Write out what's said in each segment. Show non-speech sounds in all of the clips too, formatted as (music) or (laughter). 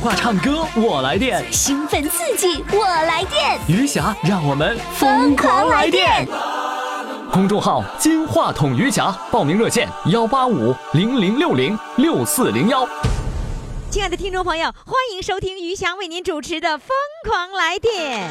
话唱歌我来电，兴奋刺激，我来电，余霞让我们疯狂来电！公众号“金话筒余霞”，报名热线：幺八五零零六零六四零幺。亲爱的听众朋友，欢迎收听于翔为您主持的《疯狂来电》。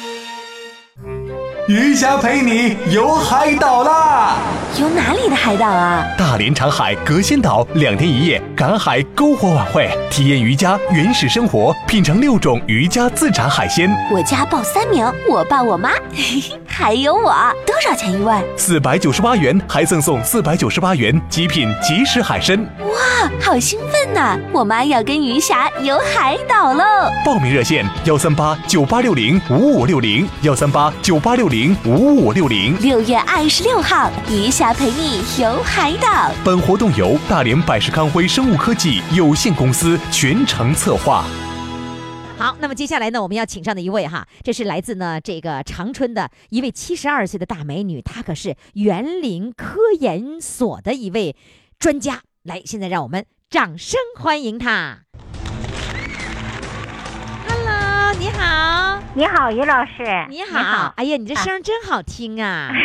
余霞陪你游海岛啦！游哪里的海岛啊？大连长海隔仙岛两天一夜赶海篝火晚会，体验渔家原始生活，品尝六种渔家自产海鲜。我家报三名，我爸、我妈， (laughs) 还有我。多少钱一位？四百九十八元，还赠送四百九十八元极品即食海参。哇，好兴奋呐、我妈要跟余霞游海岛喽！报名热线：幺三八九八六零五五六零，幺三八九八六零五五六零。六月二十六号，余霞陪你游海岛。本活动由大连百世康辉生物科技有限公司全程策划。好，那么接下来呢，我们要请上的一位哈，这是来自呢这个长春的一位七十二岁的大美女，她可是园林科研所的一位专家。来，现在让我们掌声欢迎她。Hello，你好，你好，于老师。你好，哎呀，你这声儿真好听 (laughs) 啊！ (laughs)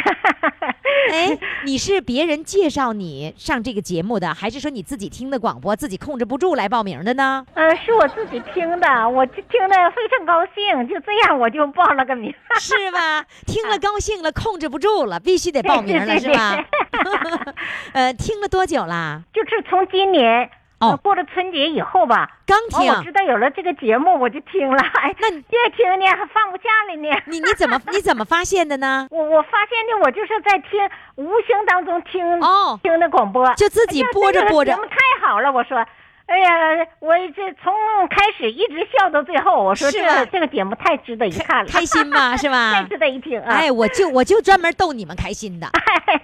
哎，你是别人介绍你上这个节目的，还是说你自己听的广播，自己控制不住来报名的呢？嗯、是我自己听的，我就听得非常高兴，就这样我就报了个名。哎 (laughs) 是吧？听了高兴了，控制不住了，必须得报名了，对对是吧对？呃，听了多久啦？就是从今年、哦呃过了春节以后吧，刚哦，我听。知道有了这个节目，我就听了。哎，那你越听呢还放不下了呢。你你怎么你怎么发现的呢？ (laughs) 我我发现呢，我就是在听，无形当中听、哦听的广播，就自己播着播哎着呀这个节目太好了，我说。哎呀，我这从开始一直笑到最 (laughs) 后，我说是这吧个这个节目太值得一看了，开心吧，是 (laughs) 太吧？值得一听啊！哎，我就我就专门逗你们开心 (laughs) 的，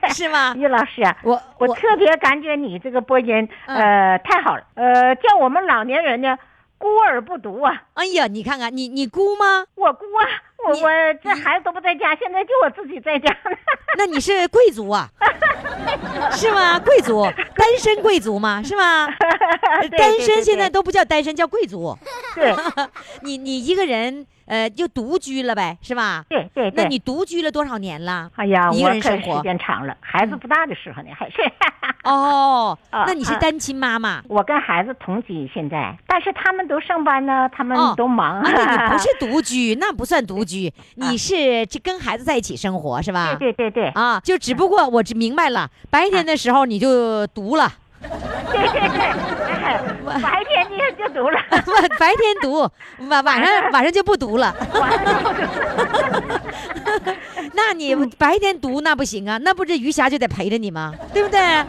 是吗？于老师啊，我我特别感觉你这个播音，呃，太好了，呃，叫我们老年人呢，孤儿不独啊。哎呀，你看看你你姑吗？我姑啊，我你我这孩子都不在家，现在就我自己在家呢。 (laughs) 那你是贵族啊， (laughs) (laughs) 是吗？贵族，单身贵族吗？是吗？对对单对身对现在都不叫单身，叫贵族。对 (laughs) 你你一个人呃就独居了呗，是吧？对对那对。你独居了多少年了？ (laughs) 哎呀，一我个人可生时活间长了，孩子不大的时候呢，还是 (laughs) 哦，啊那你是啊单亲妈妈，我跟孩子同居现在，但是他们都上班呢，他们哦都 (laughs) 忙。 (laughs) 啊啊，那你不是独居，那不算独居，你是这跟孩子在一起生活是吧？对对对对啊，就只不过我只明白了，白天的时候你就独了，对对对，哎白天你就读了，晚 (laughs) 白天独，晚晚上晚上就不独了。 (laughs) 晚上就读。那你白天读那不行啊，那不这余霞就得陪着你吗？对不对？啊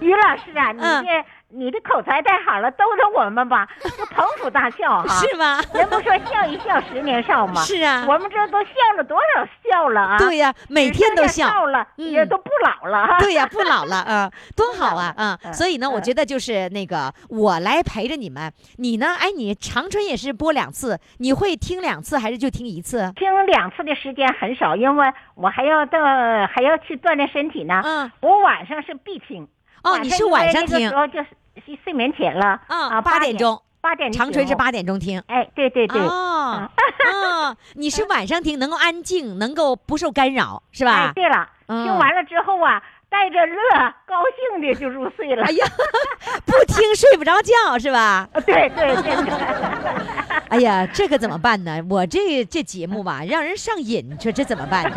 于老师啊，你嗯这、你的口才太好了，逗逗我们 (laughs) 吧，就捧腹大笑哈。是吗？人不说笑一笑十年少吗？是啊我们这都笑了多少笑了啊？对呀、每天都笑只剩下。笑了，嗯也都不老了哈。对呀、不老了啊、多好啊啊、 (laughs) 嗯所以呢，我觉得就是那个我来陪着你们，你呢，哎，你长春也是播两次，你会听两次还是就听一次？听两次的时间很少，因为我还要到还要去锻炼身体呢。嗯，我晚上是必听。哦，你是晚因为上那个听时，候就是睡睡眠前了。嗯啊，八八点。钟，八点的长春节是目。八点钟听。哎，对对对。啊哦，哦，你是晚上听，能够安静，能够不受干扰，是哎吧，？对了，嗯听完了之后啊，带着乐高兴的就入睡了哎。呀， (laughs) 不听睡不着觉是吧？ (laughs) 对对对对，哎呀，这可怎么办呢？我这这节目吧，让人上瘾，你说这怎么办呢？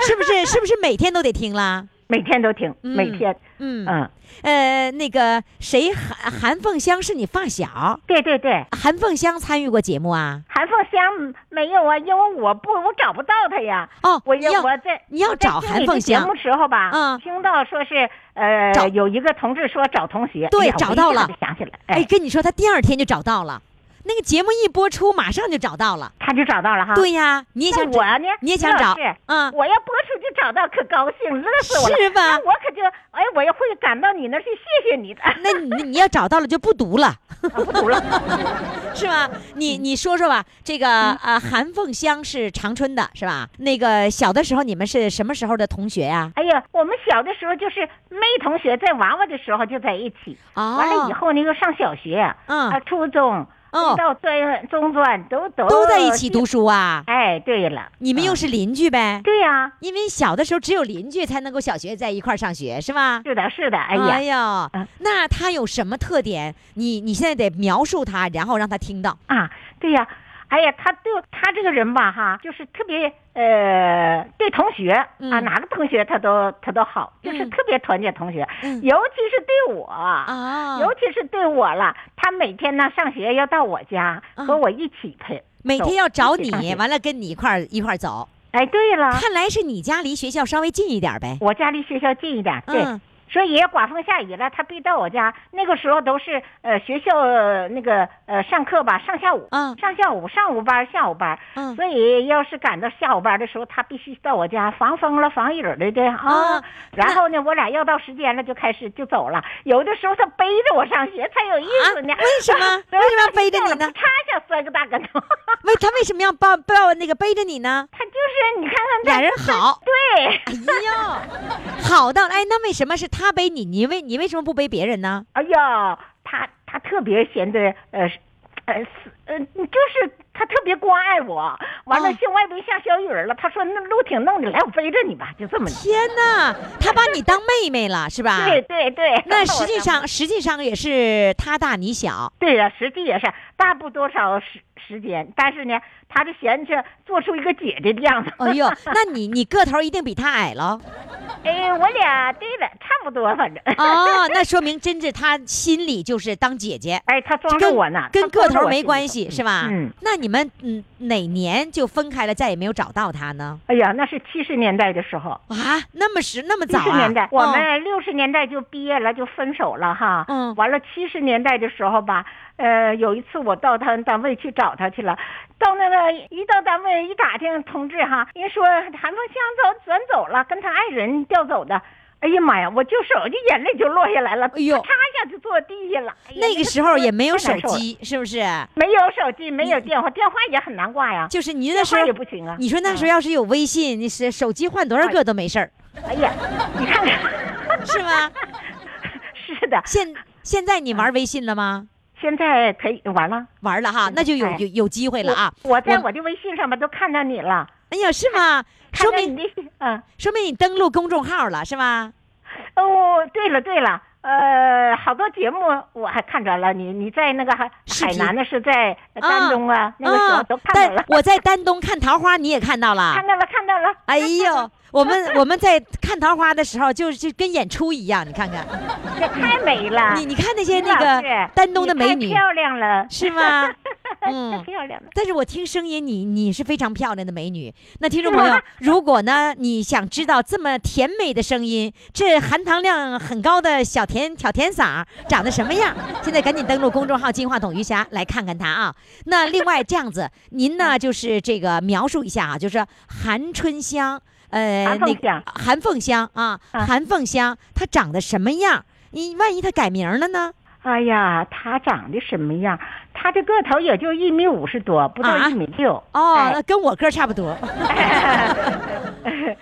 是不是？是不是每天都得听啦？每天都听，嗯每天，嗯，嗯，呃，那个谁，韩韩凤香是你发小，对对对。韩凤香参与过节目啊？韩凤香没有啊，因为我不，我找不到她呀。哦，我要我在你要我在找听韩你的凤香节目时候吧，嗯听到说是呃找有一个同志说找同学，对哎呀找到我一下了子想起来，哎，哎，跟你说，他第二天就找到了。那个节目一播出，马上就找到了。他就找到了哈。对呀，你也那想我啊找呢？你也想找是，嗯我要播出去找到，可高兴，乐死我了。是吧那我可就，哎，我也会赶到你那儿去，谢谢你的。那你你要找到了就不读了，啊不读了， (laughs) 是吧？你你说说吧，这个嗯呃，韩凤香是长春的，是吧？那个小的时候你们是什么时候的同学啊呀、哎呀，我们小的时候就是妹同学在娃娃的时候就在一起，哦完了以后呢又上小学，嗯啊初中，哦到专中专都都都在一起读。书啊？哎，对了，嗯你们又是邻居呗？对呀、因为小的时候只有邻居才能够小学在一块儿上学，是吧？是的，是的，哎呀，呦嗯，那他有什么特点？你你现在得描述他，然后让他听到。啊，对呀、哎呀，他对他这个人吧，哈，就是特别呃，对同学啊，嗯哪个同学他都他都好，就是嗯特别团结同学，嗯尤其是对我啊尤其是对我了。他每天呢上学要到我家、啊和我一起陪，每天走要找一起上你，学完了跟你一块儿一块儿走。哎，对了，看来是你家离学校稍微近一点儿呗。我家离学校近一点，对。嗯所以刮风下雨了，他必到我家。那个时候都是呃学校呃那个呃上课吧，上下午，嗯上下午上午班下午班，嗯所以要是赶到下午班的时候，他必须到我家防风了防雨了的啊。啊然后呢，我俩要到时间了就开始就走了。有的时候他背着我上学才有意啊，思为呢。什 (laughs) 么？为然后什么要背着你到了呢？咔一下摔个大跟头， (laughs) 为他为什么要抱抱那个背着你呢？他就是你看看 (laughs) 他俩人好，对，哎呦， (laughs) 好到哎，那为什么是他背你？你为你为什么不背别人呢？哎呀，他他特别显得呃是呃是呃，就是他特别关爱我。完了，哦现外边下小雨儿了，他说那路挺弄的，来我背着你吧，就这么的。天哪，他把你当妹妹了是啊吧？对对对，那 (laughs) 我实际想上实际上也是他大你小，对呀、实际也是大不多少时时间，但是呢，他就嫌弃做出一个姐姐的样子。哎呦，那你你个头一定比他矮了 (laughs) 哎，我俩对了，差不多，反正。哦，那说明真是他心里就是当姐姐，哎，他装着跟我呢，跟他个装着头我没心里关头系是吧？嗯。那你们嗯哪年就分开了，再也没有找到他呢？哎呀，那是七十年代的时候。啊， (laughs) 那么时那么七早十啊？年代，我哦们六十年代就毕业了，就分手了哈。嗯完了，七十年代的时候吧，呃，有一次我到他单位去找他去了，到那个一到单位一打听，同志哈，人说韩凤香走转走了，跟他爱人调走的。哎呀妈呀！我就手就眼泪就落下来了，哎呦嚓一下就坐地下了。哎呀那个时候也没有太手难受了机，是不是？没有手机，没有电话，电话也很难挂呀。就是你那电时话候也不行啊。你说那时候要是有微信，你是手机换多少个都没事儿，哎呀，你看 (laughs) 看，是吗？ (laughs) 是的， (laughs) 嗯现现在你玩微信了吗？现在可以完了。玩了啊哈，那就有哎有有机会了啊！我我在我的微信上面都看到你了，哎呀，是吗？看说到你明的信，嗯，说明你登录公众号了是吧？哦，对了对了，呃，好多节目我还看着了，你你在那个海视海频南的是在丹东啊，那个时候啊都看到了但，我在丹东看桃花，你也看到了看。到了看到了，哎呦，我们我们在看桃花的时候，就就跟演出一样，你看看，这太美了，你你看那些李那老个师丹东的你太美女，漂亮了，是吗？ (laughs) 太嗯，漂亮了。但是我听声音你，你是非常漂亮的美女。那听众朋友， (laughs) 如果呢你想知道这么甜美的声音，这含糖量很高的小甜小甜嗓儿长得什么样，现在赶紧登录公众号“金话筒余霞”来看看她啊。那另外这样子，您呢就是这个描述一下啊，就是韩春香，呃，韩凤那个香韩凤香啊，啊韩凤香她长得什么样？你万一她改名了呢？哎呀，她长得什么样？她这个头也就一米五十多，不到啊一米六。哦，哎那跟我个儿差不多。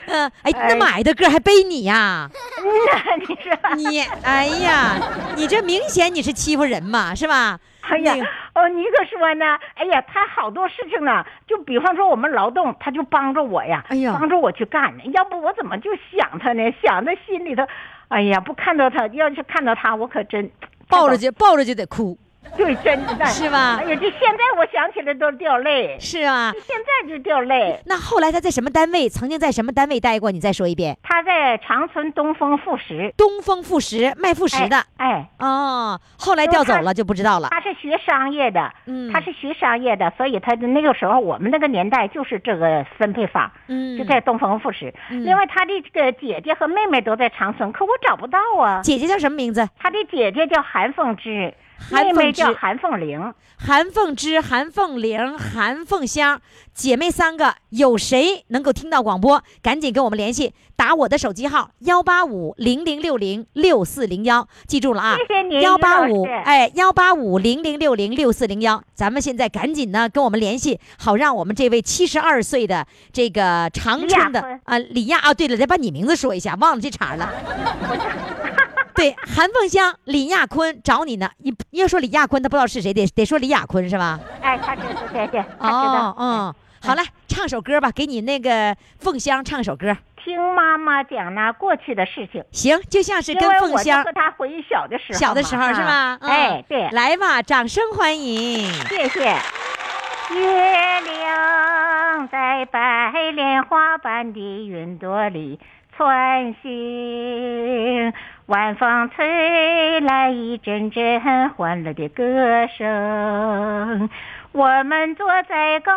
嗯，哎，那么矮的个儿还背你呀、嗯 (laughs) 你说，你，哎呀，你这明显你是欺负人嘛，是吧？哎呀那个，哦，你可说呢？哎呀，他好多事情呢，就比方说我们劳动，他就帮着我呀，哎呀帮着我去干呢。要不我怎么就想他呢？想在心里头，哎呀，不看到他，要是看到他，我可真抱着去，就抱着就得哭，对，真的是吧哎呀，这现在我想起来都掉泪，是啊。现在就掉泪。那后来他在什么单位？曾经在什么单位待过？你再说一遍。他在长春东风副食，东风副食卖副食的、哎，哎哦，后来调走了就不知道了。他是学商业的，嗯他是学商业的，所以他的那个时候我们那个年代就是这个分配法，嗯就在东风副食。嗯另外，他的这个姐姐和妹妹都在长春，可我找不到啊。姐姐叫什么名字？他的姐姐叫韩凤芝，韩妹妹凤芝叫韩凤玲，韩凤芝、韩凤玲、韩凤香姐妹三个，有谁能够听到广播，赶紧跟我们联系，打我的手机号幺八五零零六零六四零幺，记住了啊，谢谢您幺八于五老师哎幺八五零零六零六四零幺，咱们现在赶紧呢跟我们联系，好让我们这位七十二岁的这个长春李亚的坤啊李亚啊，对了，再把你名字说一下，忘了这茬了。对，韩凤香、李亚坤找你呢。你你要说李亚坤，他不知道是谁，得得说李亚坤是吧？哎，他知道，谢谢，他知道哦，，嗯，好嘞，唱首歌吧，给你那个凤香唱首歌。听妈妈讲那过去的事情，行，就像是因跟为凤我就香和他回忆小的时候嘛，小的时候是吧啊？嗯哎，对，来吧，掌声欢迎。谢谢。月亮在白莲花般的云朵里穿行，晚风吹来一阵阵欢乐的歌声。我们坐在高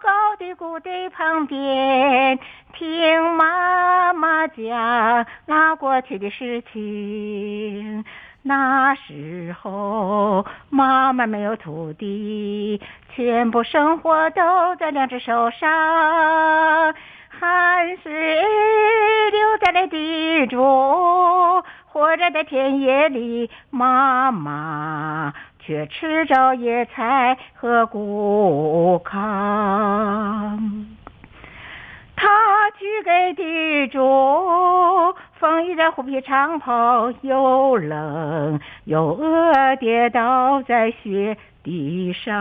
高的谷堆旁边，听妈妈讲那过去的事情。那时候妈妈没有土地，全部生活都在两只手上，汗水流在了地中，活着在田野里，妈妈却吃着野菜和谷糠。他去给地主，风衣在虎皮长袍，又冷又饿，跌倒在雪地上。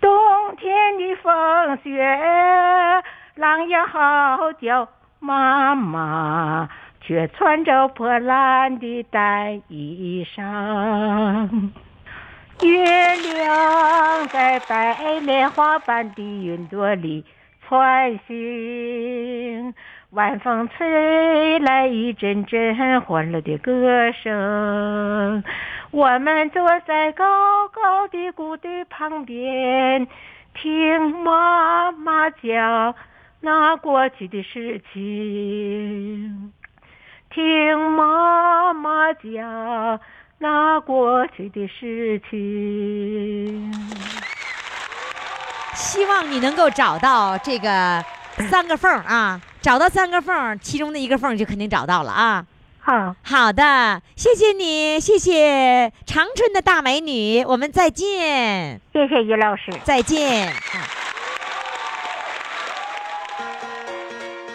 冬天的风雪，狼也嚎叫，妈妈却穿着破烂的单衣裳。月亮啊在白莲花般的云朵里穿行，晚风吹来一阵阵欢乐的歌声。我们坐在高高的谷堆旁边，听妈妈讲那过去的事情。听妈妈讲那过去的事情。希望你能够找到这个三个缝儿啊，找到三个缝儿，其中的一个缝儿就肯定找到了啊。好，好的，谢谢你，谢谢长春的大美女，我们再见，谢谢于老师。再见。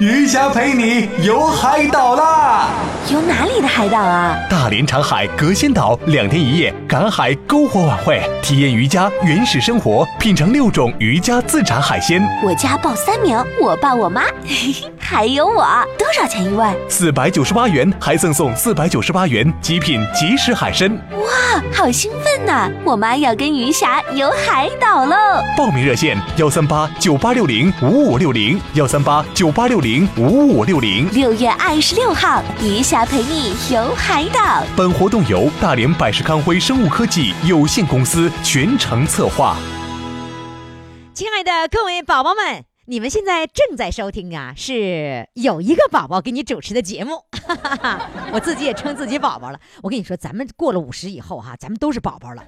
余霞陪你游海岛啦！”。有哪里的海岛啊？大连长海隔仙岛两天一夜赶海篝火晚会，体验渔家原始生活，品尝六种渔家自产海鲜，我家报三名，我爸、我妈， (laughs) 嘿嘿，还有我。多少钱一位？四百九十八元还赠送四百九十八元极品即食海参。啊，好兴奋呐、我妈要跟余霞游海岛喽！报名热线：幺三八九八六零五五六零，幺三八九八六零五五六零。六月二十六号，余霞陪你游海岛。本活动由大连百世康辉生物科技有限公司全程策划。亲爱的各位宝宝们，你们现在正在收听啊，是有一个宝宝给你主持的节目， (laughs) 哈哈哈，我自己也称自己宝宝了。我跟你说，咱们过了五十以后哈、咱们都是宝宝了。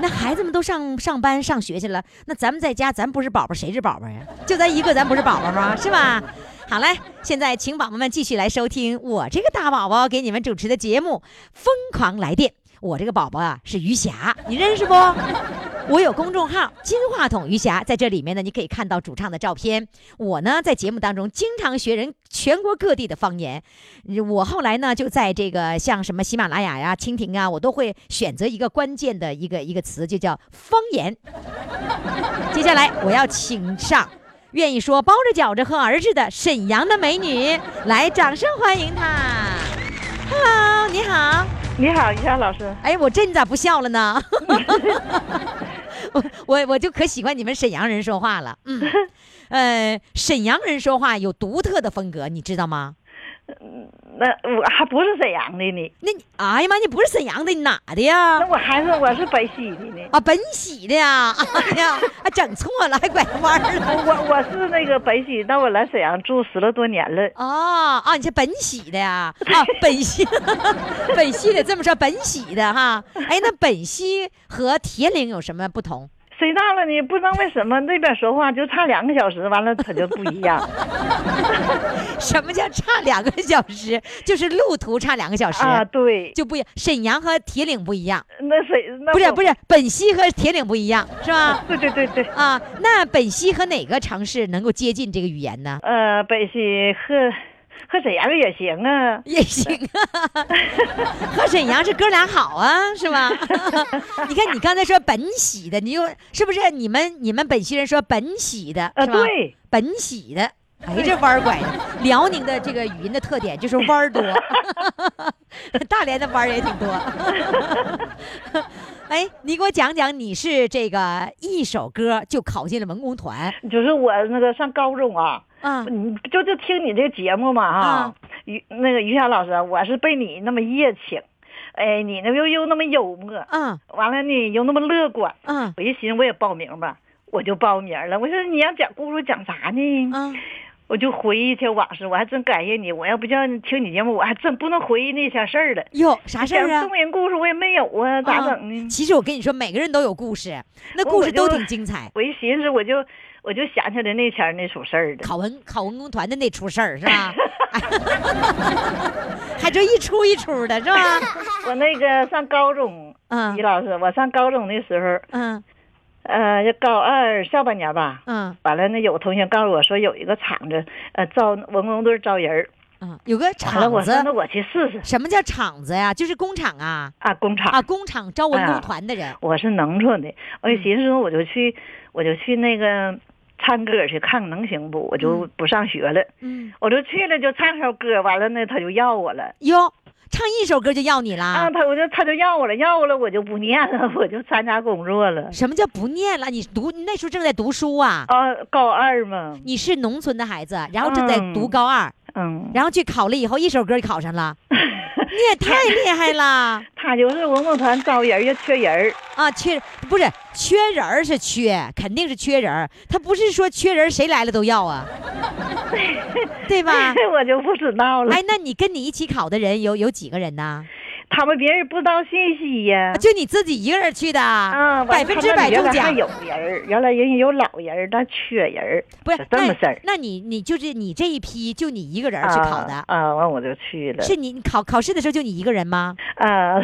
那孩子们都上上班上学去了，那咱们在家，咱不是宝宝，谁是宝宝呀？就咱一个，咱不是宝宝吗？ (laughs) 是吧？好嘞，现在请宝宝们继续来收听我这个大宝宝给你们主持的节目《疯狂来电》。我这个宝宝啊是余霞，你认识不？ (laughs) 我有公众号“金话筒余霞”，在这里面呢，你可以看到主唱的照片。我呢，在节目当中经常学人全国各地的方言。我后来呢，就在这个像什么喜马拉雅呀、蜻蜓啊，我都会选择一个关键的一个一个词，就叫方言。 (laughs) 接下来我要请上愿意说包着饺子和儿子的沈阳的美女，来，掌声欢迎她。Hello，你好。你好，于霞老师。哎，我这你咋不笑了呢？我我我就可喜欢你们沈阳人说话了。 (laughs) 嗯，呃，沈阳人说话有独特的风格，你知道吗？那我还不是沈阳的呢，那你哎呀妈，你不是沈阳的，你哪的呀那？我还是我是本溪的呢。啊，本溪的呀！哎呀，还整错了，还拐弯儿了。我我是那个本溪，但我来沈阳住十来多年了。哦啊，你是本溪 (laughs) 的呀？啊，本溪， (laughs) 本溪的这么说，本溪的哈。哎，那本溪和铁岭有什么不同？谁到了呢？不知道为什么那边说话就差两个小时，完了他就不一样 (laughs) 什么叫 (laughs) 差两个小 (laughs) 时？就是路途差两个小时，啊。对，就不一样。沈阳和铁岭不一样，那谁那不是我不是，本溪和铁岭不一样，是 (laughs) 吧？对对对对，啊，那本溪和哪个城市能够接近这个语言呢？呃，本溪和和沈阳也行啊。也行 (laughs) 啊，和沈阳是哥俩好啊，是吧？你看你刚才说本溪的，你就是不是你们你们本溪人说本溪的，呃是吧？对，本溪的。哎，这弯儿拐的，辽宁的这个语音的特点就是弯儿多， (laughs) 大连的弯儿也挺多。 (laughs) 哎，你给我讲讲，你是这个一首歌就考进了文工团就是我那个上高中啊，啊？你就就听你这个节目嘛啊啊，于那个于霞老师啊，我是被你那么热情，哎，你那又又那么幽默，嗯完了你又那么乐观，嗯我一寻思我也报名吧，我就报名了。我说你要讲故事讲啥呢？嗯，我就回忆一些往事，我还真感谢你。我要不叫你听你节目，我还真不能回忆那些事儿了。哟，啥事儿啊讲？动人故事我也没有啊，咋整呢？其实我跟你说，每个人都有故事，那故事都挺精彩。我一寻思，我就我就想起来那前儿那出事儿了。考文考文工团的那出事儿 (laughs) 是吧？ (laughs) 还这一出一出的是吧？ (laughs) 我那个上高中，嗯李老师，我上高中的时候，嗯呃，就高二下半年吧。嗯完了呢，有个同学告诉我说有一个厂子，呃，招文工队招人儿。嗯，有个完了，厂我说那子，我去试试什么叫厂子呀？就是工厂啊啊，工厂啊，工厂招文哎工呀团的嗯人。我是能说的，我就寻思我就去，我就去那个唱歌去看看能行不，我就不上学了，嗯，我就去了就唱首歌，完了呢他就要我了，哟，唱一首歌就要你啊啦？他我就他就要我了，要我了我就不念了，我就参加工作了，什么叫不念了？你读你那时候正在读书啊？啊高二嘛，你是农村的孩子，然后正在读嗯高二，嗯，然后去考了以后，一首歌就考上了，你 (laughs) 也太厉害了他就是文工团招人也缺人儿啊！缺不是缺人儿是缺，肯定是缺人儿。他不是说缺人儿谁来了都要啊，对吧？ (laughs) 哎我就不知道了，哎，那你跟你一起考的人有有几个人呢？啊他们别人不知道信息呀。就你自己一个人去的，啊，百分之百原中来还奖。有人儿，原来人家有老人儿，但缺人儿，不是是这么事儿那那你你就是你这一批就你一个人儿去考的，啊，啊完、我就去了。是你你考考试的时候就你一个人吗？啊，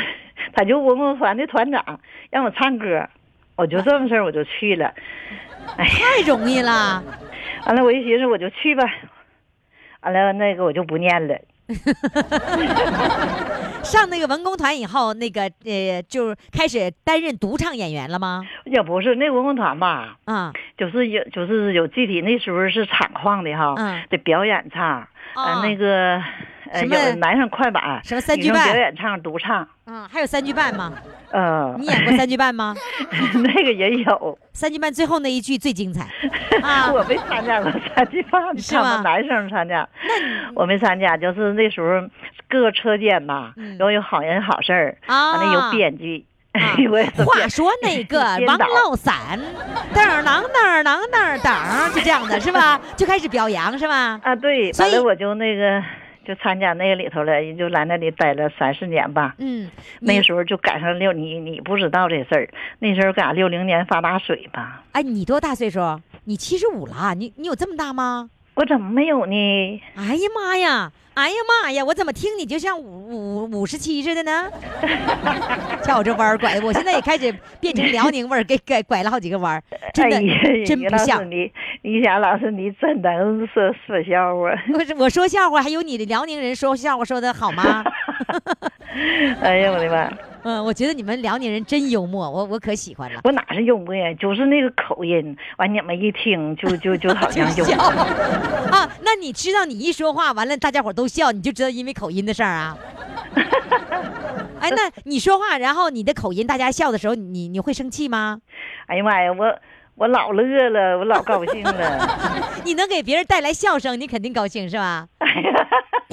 他就文工团的团长让我唱歌，我就这么事儿我就去了。哎太容易了，完了，我一寻思我就去吧。完了，那个我就不念了。上那个文工团以后，那个呃，就是开始担任独唱演员了吗？也不是那文工团吧，啊、就是有就是有具体那时候是厂矿的哈，嗯得表演唱，啊呃那个呃什么有男生快板，什么三女句生半表演唱独唱，嗯，还有三句半吗？呃，你演过三句 (laughs) 半吗？ (laughs) 那个也有，三句半最后那一句最 (laughs) 精彩啊！我没参加过三级棒，是他吗们男生参加，我没参加，就是那时候各个车间吧，嗯然后有好人好事儿，啊完了有编剧， (laughs) 啊我也是话编说那个 (laughs) 编王导老三，噔儿啷噔儿啷噔儿噔儿，就这样的 (laughs) 是吧？就开始表扬是吧？啊，对，所以完了我就那个就参加那个里头了，也就来那里待了三四年吧。嗯，那你时候就赶上六，你你不知道这事儿，那时候赶六零年发大水吧，哎，你多大岁数？你七十五了，你你有这么大吗？我怎么没有呢？哎呀妈呀！哎呀妈呀！我怎么听你就像五五五十七似的呢？ (laughs) 瞧我这弯儿拐，我现在也开始变成辽宁味儿，给给拐了好几个弯儿，真的、哎呀，真于不老师像。你，你想老师你真能说说笑啊话。我 (laughs) 是我说笑话，还有你的辽宁人说笑话说的好吗？哎呀，我的妈！ (laughs) 嗯，我觉得你们辽宁人真幽默，我我可喜欢了。我哪是幽默呀，就是那个口音。完，你们一听就就就好像幽笑默。 (laughs) 啊！那你知道你一说话完了，大家伙儿都笑，你就知道因为口音的事儿啊。 (laughs) 哎，那你说话，然后你的口音，大家笑的时候，你你会生气吗？哎呀妈呀，我我老乐了，我老高兴了。 (laughs) 你能给别人带来笑声，你肯定高兴是吧？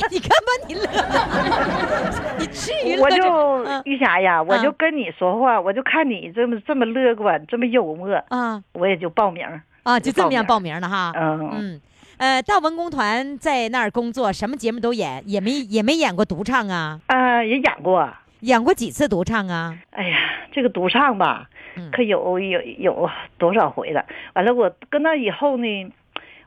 你看把你乐 (laughs) 的，你至于乐我这就嗯玉霞呀，我就嗯跟你说话，我就看你这么这么乐观，这么幽默，啊我也就报名儿。啊，就这么样报报名了哈。嗯，嗯，呃，大文工团在那儿工作，什么节目都演，也没也没演过独唱啊，啊，也演过。演过几次独唱啊？哎呀，这个独唱吧嗯，可有有有多少回了？完了，我跟那以后呢，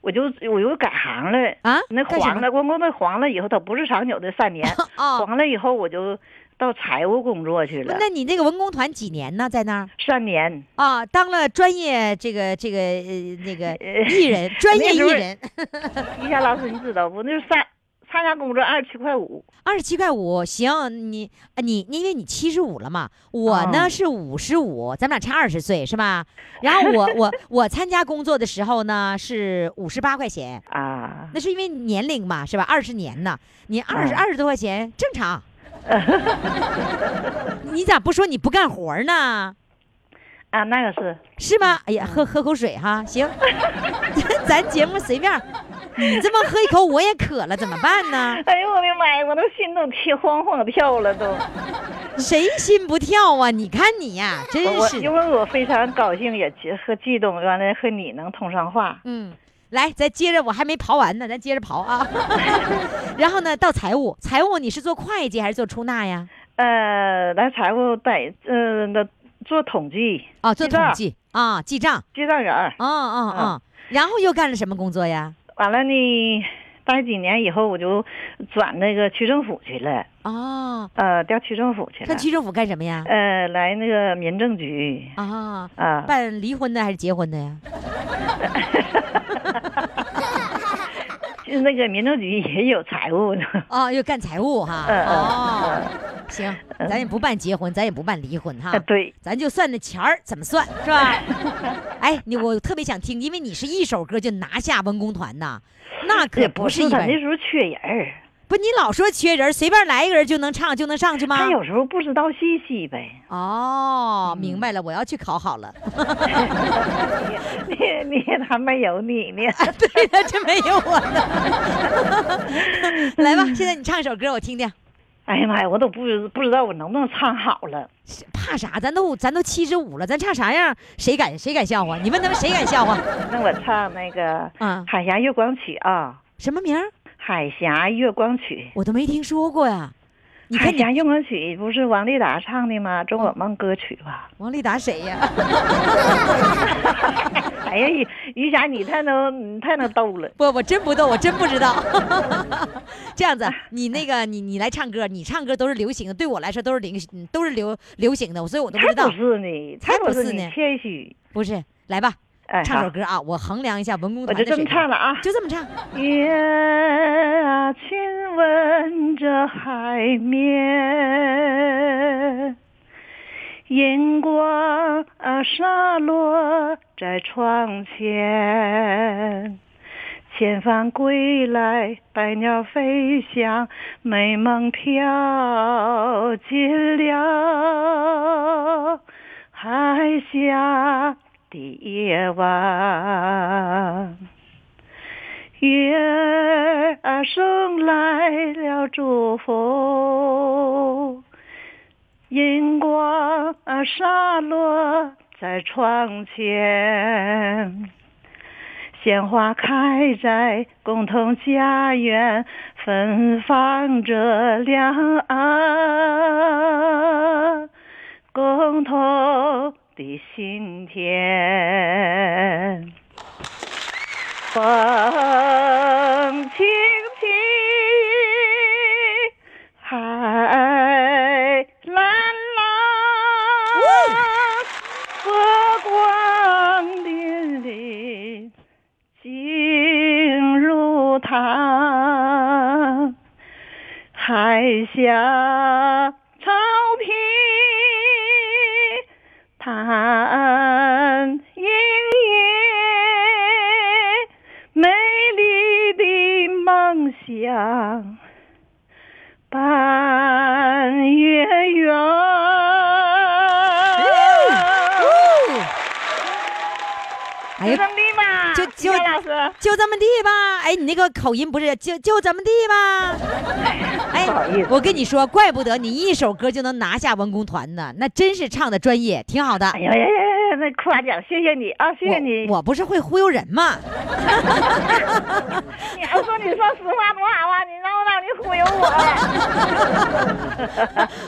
我就我又改行了。啊，那干什黄么？了，光光那黄了以后，它不是长久的三年，哦，黄了以后我就到财务工作去了，那你那个文工团几年呢？在那儿三年。啊，当了专业这个这个呃那个呃艺 (laughs) 人，专业那艺时候人，一霞老师，你知道不？那三参加工作二十七块五，二十七块五，行，你啊你你因为你七十五了嘛，我呢、嗯是五十五，咱们俩差二十岁是吧？然后 (laughs) 我我我参加工作的时候呢是五十八块钱，啊，那是因为年龄嘛是吧？二十年呢，你二十嗯二十多块钱 (laughs) 正常。你咋不说你不干活儿呢？啊，那个是嗯是吗？哎呀，喝喝口水哈，行， (laughs) 咱节目随便儿。你这么喝一口，我也渴了，怎么办呢？哎呦我的妈呀，我都心都跳晃晃跳了都。谁心不跳啊？你看你呀、真我是的因为我非常高兴，也激和激动，完了和你能通上话。嗯，来，咱接着，我还没刨完呢，咱接着刨啊。然后呢，到财务，财务你是做会计还是做出纳呀？呃，来财务在呃那做统计，啊、做记统账计啊、记账记账员儿。啊啊啊。然后又干了什么工作呀？完了呢，待几年以后我就转那个区政府去了，哦，呃，调区政府去了上。区政府干什么呀？呃，来那个民政局 (laughs) 啊，啊，办离婚的还是结婚的呀？就那个民政局也有财务呢。哦，又干财务哈。嗯嗯哦，行，咱也不办结婚，咱也不办离婚哈啊，。对，咱就算那钱儿怎么算是吧？哎，你我特别想听，因为你是一首歌就拿下文工团呐，那可也不不是一他般那人。时候缺人儿，不，你老说缺人，随便来一个人就能唱就能上去吗？他有时候不知道信息呗。嗯哦，明白了，我要去考好了。你 (laughs) 你他没有你呢，啊对呀，这没有我 (laughs) 了。来吧，现在你唱一首歌我听听，哎呀妈呀，我都不知不知道我能不能唱好了。怕啥？咱都咱都七十五了，咱唱啥样？谁敢谁敢笑话？你问他们谁敢笑话？那我唱那个啊《海峡月光曲》啊，什么名儿？ 《海峡月光曲》。我都没听说过呀。你看海你峡月光曲不是王丽达唱的吗？中国梦歌曲吧。王丽达谁呀？ (laughs) 哎呀，于于霞，你太能，你太能逗了。不，我真不逗，我真不知道。 (laughs) 这样子，你那个你你来唱歌，你唱歌都是流行的，对我来说都是流行都是流流行的，所以我都不才知道不。是呢，才才不不是是呢你谦虚。不是，来吧，哎，唱首好，歌啊，我衡量一下文工我团就的这水么平，唱了啊。就这么唱。月啊，亲吻着海面，银光啊洒落在窗前。前方归来，百鸟飞翔，美梦飘进了海峡的夜晚。月儿送来了祝福，银光啊洒落在窗前，鲜花开在共同家园，芬芳着两岸共同的心田。风轻轻，海蓝蓝，波光粼粼，静如堂。海峡潮平，叹盈盈，美丽的梦想伴月圆。哦哎就这么地吧。哎，你那个口音不是就就这么地吧？哎不好意，思我跟你说，怪不得你一首歌就能拿下文工团呢，那真是唱的专业，挺好的。哎呀呀呀呀！那夸奖，谢谢你啊，谢谢你。我我不是会忽悠人 (laughs) 吗？你要说你说实话多好啊！你让我让你忽悠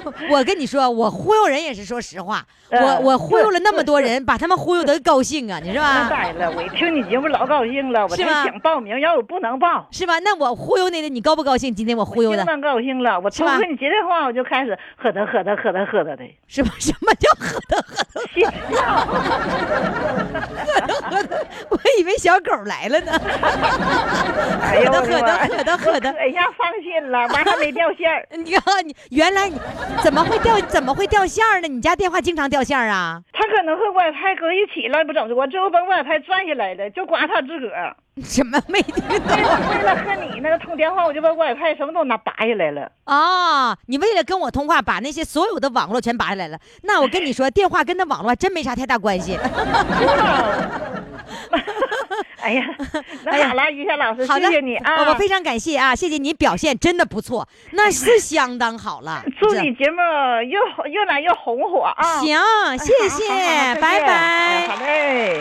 我了，我跟你说，我忽悠人也是说实话，嗯我我忽悠了那么 (laughs) 多人，把他们忽悠得高兴啊，你是那吧？当然了，我一听你节目老高兴了，我是才吧想报名，要我不能报，是吧？那我忽悠你的，你高不高兴？今天我忽悠的相，当高兴了。我是通吧过你接电话，我就开始喝的喝的喝的喝的的，是吧？什么叫喝的喝的 (laughs) 心跳。喝的？ (laughs) 我以为小狗来了呢。 (laughs) 哎呦我喝的喝的喝的喝的我可一下哎放心了，完还没掉线儿， (laughs) 你看，你原来你怎么会掉怎么会掉线儿呢？你家电话经常掉线儿啊？他可能和 WiFi 搁一起了，不整的，我最后把 WiFi 拽下来了，就光他自个儿。什么没听 (laughs) 为懂了为了和你那个通电话，我就把 WiFi 什么都拿拔下来了。啊？你为了跟我通话，把那些所有的网络全拔下来了。那我跟你说，电话跟那网络还真没啥太大关系。 (laughs) 哎 (laughs) 呀，哎那呀好了，于谦老师，好的，谢谢你啊！我非常感谢啊，谢谢您表现真的不错，那是相当好了。祝这你节目越越来越红火啊！行，哎，谢谢，好好好再拜见哎 (laughs) 好拜。嘞。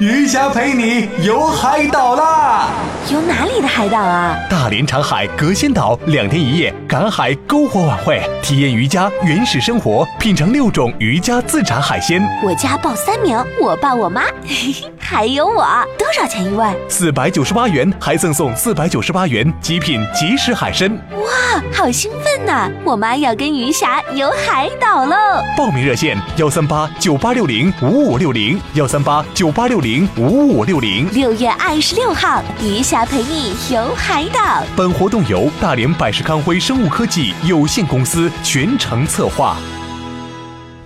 余霞陪你游海岛啦！”。有哪里的海岛啊？大连长海隔仙岛两天一夜赶海篝火晚会，体验渔家原始生活，品尝六种渔家自产海鲜，我家报三名，我爸、我妈， (laughs) 嘿嘿，还有我。多少钱一位？四百九十八元还赠送四百九十八元极品即食海参。啊，好兴奋呐、我妈要跟余霞游海岛喽！报名热线：幺三八九八六零五五六零，幺三八九八六零五五六零。六月二十六号，余霞陪你游海岛。本活动由大连百世康辉生物科技有限公司全程策划。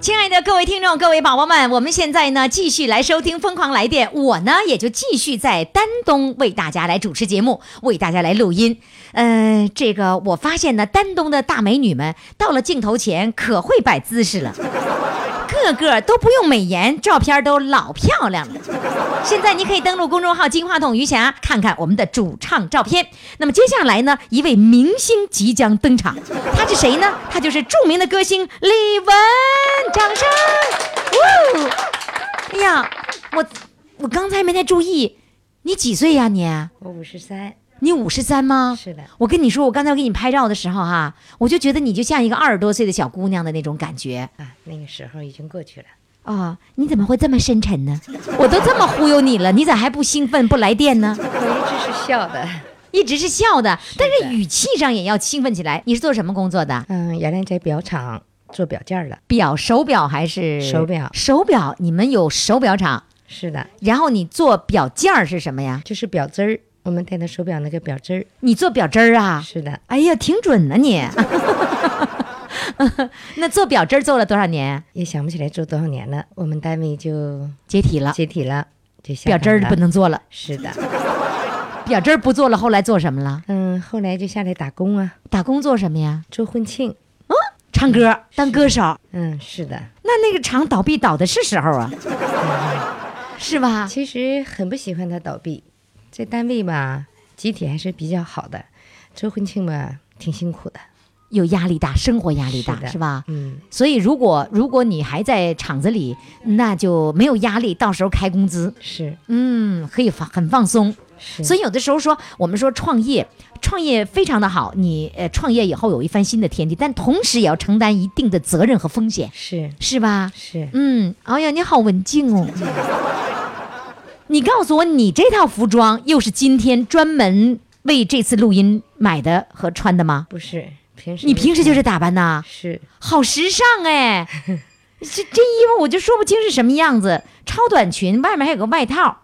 亲爱的各位听众、各位宝宝们，我们现在呢继续来收听《疯狂来电》，我呢也就继续在丹东为大家来主持节目，为大家来录音。嗯、这个我发现呢，丹东的大美女们到了镜头前可会摆姿势了。个个都不用美颜，照片都老漂亮了。现在你可以登录公众号“金话筒余霞”，看看我们的主唱照片。那么接下来呢，一位明星即将登场，他是谁呢？他就是著名的歌星李玟，掌声！哇哦！哎呀，我我刚才没太注意，你几岁呀、你？我五十三，你五十三吗？是的。我跟你说，我刚才我给你拍照的时候哈、我就觉得你就像一个二十多岁的小姑娘的那种感觉。啊，那个时候已经过去了。啊、你怎么会这么深沉呢？我都这么忽悠你了，你咋还不兴奋不来电呢？我一直是笑 (laughs) 的。一直是笑的，但的是语气上也要兴奋起来。你是做什么工作的？嗯，原来在表厂做表件儿了。表手表还是手表手表，你们有手表厂，是的，然后你做表件儿是什么呀？就是表针儿，我们戴的手表那个表针儿。你做表针儿啊？是的，哎呀，挺准呢、 (laughs) 你。 (laughs) 那做表针儿做了多少年？也想不起来做多少年了。我们单位就解体了，解体了，就下表岗针儿了不。能做了，是的， (laughs) 表针儿不做了，后来做什么了？嗯，后来就下来打工啊，打工做什么呀？哦做婚庆。唱歌，当歌手。嗯，是的，那那个厂倒闭倒的是时候啊，是吧？其实很不喜欢他倒闭，在单位吧，集体还是比较好的，做婚庆吧，挺辛苦的。有压力大，生活压力大，是是的吧？嗯，所以如果如果你还在厂子里，那就没有压力，到时候开工资，是嗯，可以放很放松。是。所以有的时候说，我们说创业，创业非常的好，你呃创业以后有一番新的天地，但同时也要承担一定的责任和风险，是是吧？是，嗯，哎呀，你好文静哦。你告诉我，你这套服装又是今天专门为这次录音买的和穿的吗？不是平时你平时就是打扮呐，是好时尚哎！ (laughs) 这这衣服我就说不清是什么样子，超短裙，外面还有个外套，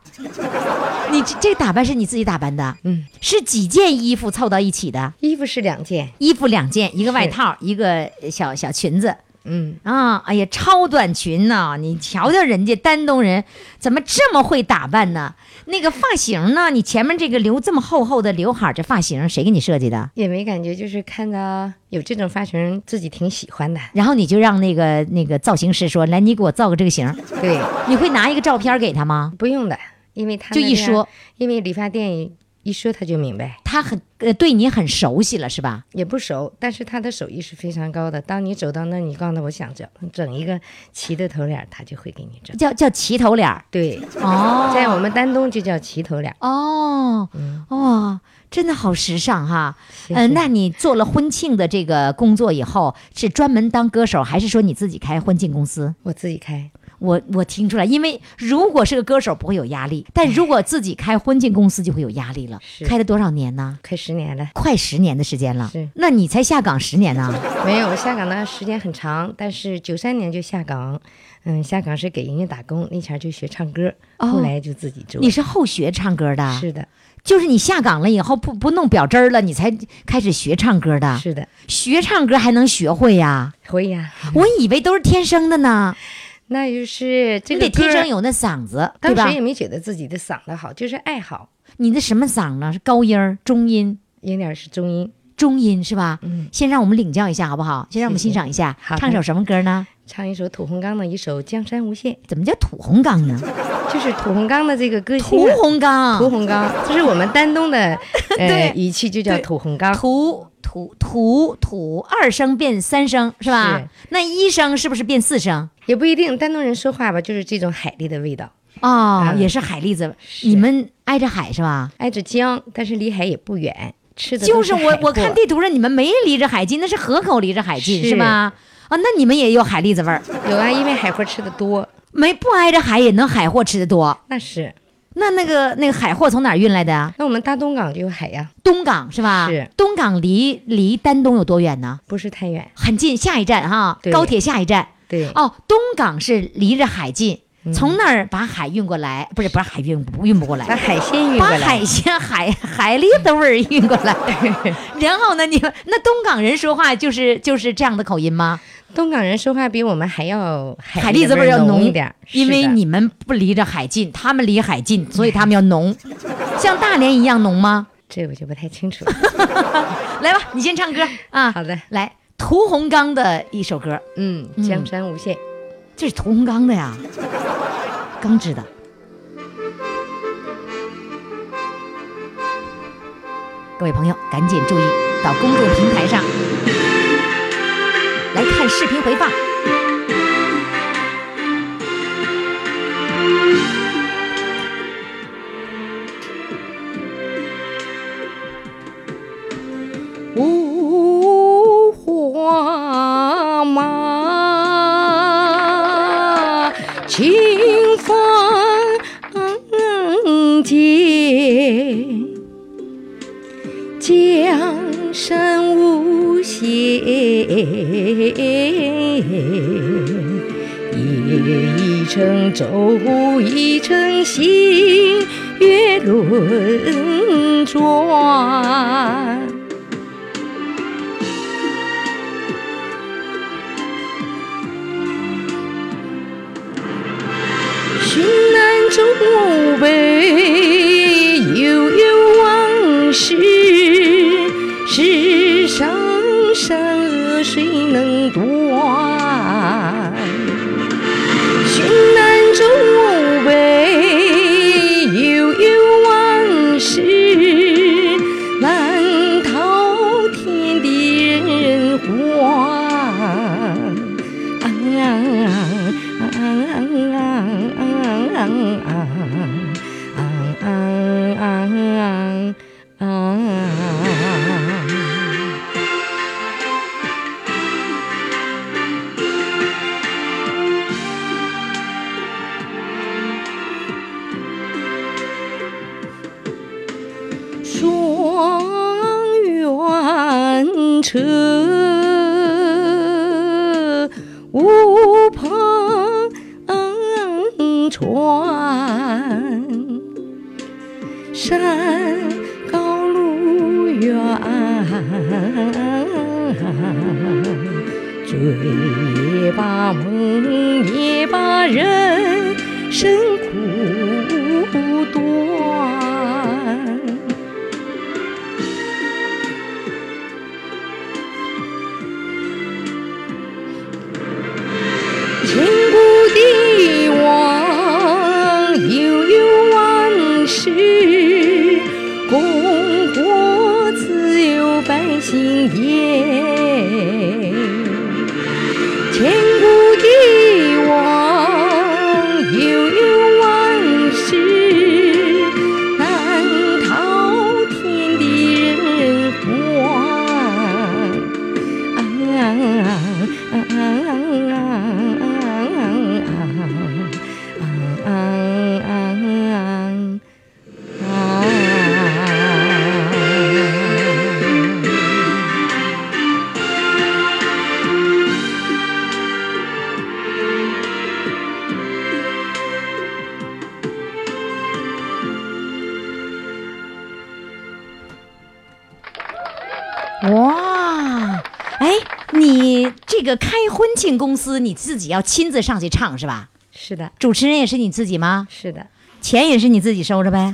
你这这打扮是你自己打扮的？嗯，是几件衣服凑到一起的？衣服是两件，衣服两件，一个外套，一个呃小小裙子。嗯，啊，哎呀，超短裙呐、你瞧瞧人家丹东人怎么这么会打扮呢？那个发型呢？你前面这个留这么厚厚的刘海儿，这发型谁给你设计的？也没感觉，就是看到有这种发型，自己挺喜欢的。然后你就让那个那个造型师说：“来，你给我造个这个型儿。对，”你会拿一个照片给他吗？不用的，因为他就们一这样说，因为理发店一说他就明白。他很呃对你很熟悉了是吧？也不熟，但是他的手艺是非常高的。当你走到那儿，你告诉他我想整整一个齐的头脸儿，他就会给你整。叫叫齐头脸儿对，哦 (laughs) 在我们丹东就叫齐头脸儿。哦，嗯，哇、真的好时尚哈！谢嗯、谢那你做了婚庆的这个工作以后，是专门当歌手，还是说你自己开婚庆公司？我自己开，我我听出来，因为如果是个歌手不会有压力，但如果自己开婚庆公司就会有压力了。是开了多少年呢？快十年了。快十年的时间了是。那你才下岗十年呢？没有，我下岗的时间很长，但是九三年就下岗。嗯，下岗是给人家打工，那前儿就学唱歌，哦后来就自己做。你是后学唱歌的，是的，就是你下岗了以后不不弄表针儿了，你才开始学唱歌的。是的，嗯学唱歌还能学会呀、会呀。我以为都是天生的呢，那就是这你个得天歌儿生。有那嗓子，对当吧时？也没觉得自己的嗓子好，就是爱好，你那什么嗓呢？是高音儿、中音、有点儿是中音。中音是吧？嗯，先让我们领教一下好不好？先让我们谢谢欣赏一下，好的唱首什么歌呢？唱一首土洪刚的一首《江山无限》。怎么叫土红刚呢？就是土洪刚的这个歌星涂啊、红屠刚，洪刚，这是我们丹东 (laughs) 的对呃语气，就叫对土洪刚。土土土土，二声变三声是吧？是那一声是不是变四声？也不一定，丹东人说话吧，就是这种海蛎的味道，哦，嗯也是海蛎子，你们挨着海是吧？挨着江，但是离海也不远，吃的就都是是我海我货看地图上你们没离着海近，那是河口离着海近是是吧？啊，那你们也有海蛎子味儿，有啊，因为海货吃的多，没不挨着海也能海货吃的多。那是。那那个那个海货从哪儿运来的啊？那我们大东港就有海呀、东港是吧？是东港离离丹东有多远呢？不是太远。很近，下一站哈，对高铁下一站。对，嗯哦，东港是离着海近，从那儿把海运过来，不是不是海运不运不过把来，海鲜运过把来。海鲜海海蛎的味儿运过 (laughs) 来。然后呢，你们那东港人说话就是就是这样的口音吗？东港人说话比我们还要海海蛎子味味儿儿要浓浓一点儿，因为是的你们不离着海近，他们离海近，所以他们要浓，像大连一样浓吗？这我就不太清楚了。来吧，你先唱歌啊。好的，来，屠洪刚的一首歌，嗯，嗯江山无限。这是屠洪刚的呀，刚知道。各位朋友，赶紧注意到公众平台上来看视频回放。五花马，清风间，江山无限，夜一城舟一程，星月轮转。寻南逐北，悠悠往事，世上善恶谁能断？寻南逐北，悠悠往事，难逃天地人寰。双辕车，无篷船，鬼把梦也把人身苦短。千古帝王悠悠万世，功国自有百姓焉。千古帝王悠悠万世，难逃天地人寰。哇，哎，你这个开婚庆公司你自己要亲自上去唱是吧？是的，主持人也是你自己吗？是的，钱也是你自己收着 (laughs) 呗？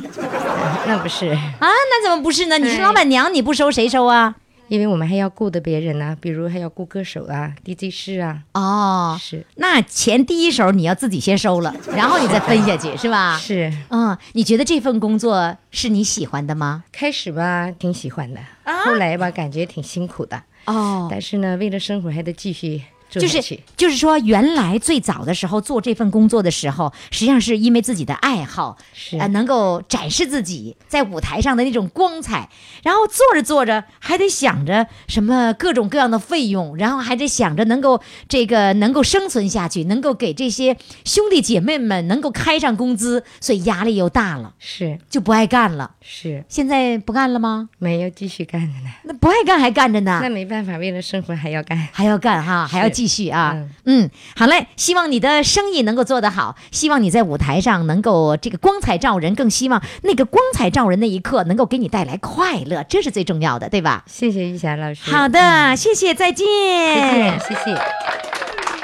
那不是，啊，那怎么不是呢？你是老板娘，你不收谁收啊？因为我们还要顾的别人呢、比如还要顾歌手啊、DJ 室啊，哦，是那钱第一手你要自己先收了，然后你再分下去是吧？。是。嗯，你觉得这份工作是你喜欢的吗？啊开始吧，挺喜欢的，后来吧，感觉挺辛苦的，哦，但是呢，为了生活还得继续做就下是去。就是说，原来最早的时候做这份工作的时候，实际上是因为自己的爱好，是呃，能够展示自己在舞台上的那种光彩。然后做着做着，还得想着什么各种各样的费用，然后还得想着能够这个能够生存下去，能够给这些兄弟姐妹们能够开上工资，所以压力又大了，是就不爱干了。是，现在不干了吗？没有继续干的呢。那不爱干还干着呢。那没办法，为了生活还要干。还要干哈，还要继续啊。嗯好嘞，希望你的生意能够做得好，希望你在舞台上能够这个光彩照人，更希望那个光彩照人那一刻能够给你带来快乐，这是最重要的，对吧？谢谢玉霞老师，嗯好，的，谢谢，再见。再见，谢谢。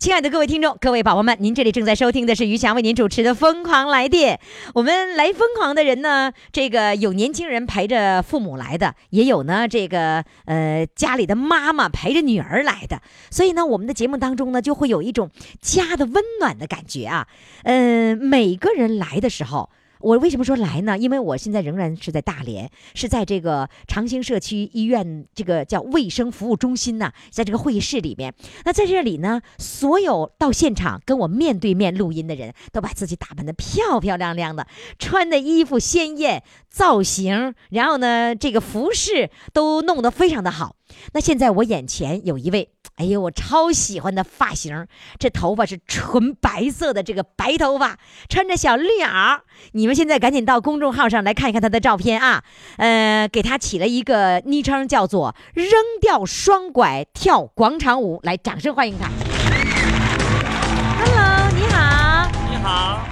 亲爱的各位听众，各位宝宝们，您这里正在收听的是于翔为您主持的《疯狂来电》。我们来疯狂的人呢，这个有年轻人陪着父母来的，也有呢这个呃家里的妈妈陪着女儿来的。所以呢，我们的节目当中呢，就会有一种家的温暖的感觉啊。嗯、每个人来的时候。我为什么说来呢？因为我现在仍然是在大连，是在这个长兴社区医院这个叫卫生服务中心呐、在这个会议室里面。那在这里呢，所有到现场跟我面对面录音的人都把自己打扮得漂漂亮亮的，穿的衣服鲜艳，造型，然后呢，这个服饰都弄得非常的好。那现在我眼前有一位，哎呦，我超喜欢的发型，这头发是纯白色的，这个白头发，穿着小绿袄。你们现在赶紧到公众号上来看一看他的照片啊， (laughs) 呃，给他起了一个昵称叫做“扔掉双拐跳广场舞”，来，掌声欢迎他。Hello，你好，你好，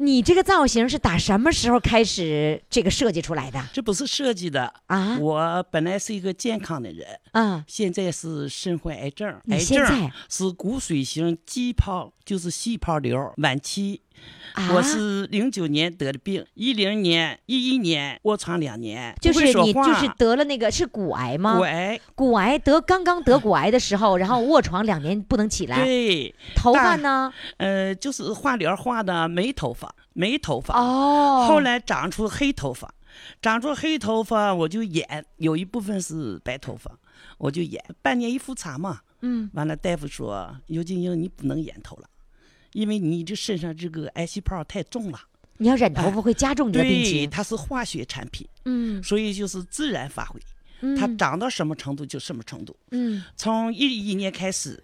你这个造型是打什么时候开始这个设计出来的这不是设计的啊我本来是一个健康的人，啊？现在是身患癌症，你癌现症在是骨髓型肌泡，就是细胞瘤晚期。啊我是零九年得的病，一零年、一一年卧床两年，就不会是说你话就是得了那个是骨癌吗？骨癌，骨癌得刚刚得骨癌的时候，然后卧床两年不能起来，对，头大发呢？呃，就是化疗化的没头发，没头发。哦，后来长出黑头发，长出黑头发我就演，有一部分是白头发，我就演。半年一复查嘛，嗯，完了大夫说尤金英你不能演头了，因为你这身上这个癌细胞太重了，你要染头发会加重你的病哎对，情。它是化学产品，嗯所以就是自然发挥，它嗯长到什么程度就什么程度。嗯从一一年开始，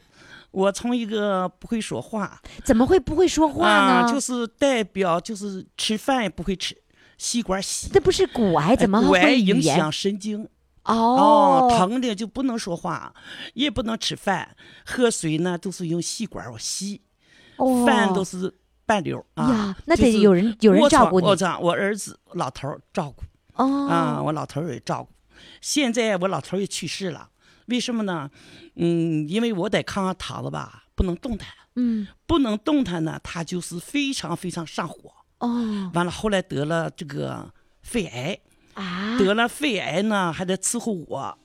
我从一个不会说话怎么会不会说话呢？啊，就是代表就是吃饭也不会吃，吸管吸，这不是骨癌，怎么哎拐会语影言响？神经？哦，疼的就不能说话，也不能吃饭，喝水呢都是用吸管我吸，哦饭都是半流啊。呀那就是得有人有人我照闯顾你我操，我儿子老头儿照顾。啊，哦，我老头儿也照顾。现在我老头儿也去世了，为什么呢？嗯，因为我在炕上躺着吧，不能动弹，嗯，不能动弹呢，他就是非常非常上火。哦完了，后来得了这个肺癌，啊，得了肺癌呢，还得伺候我。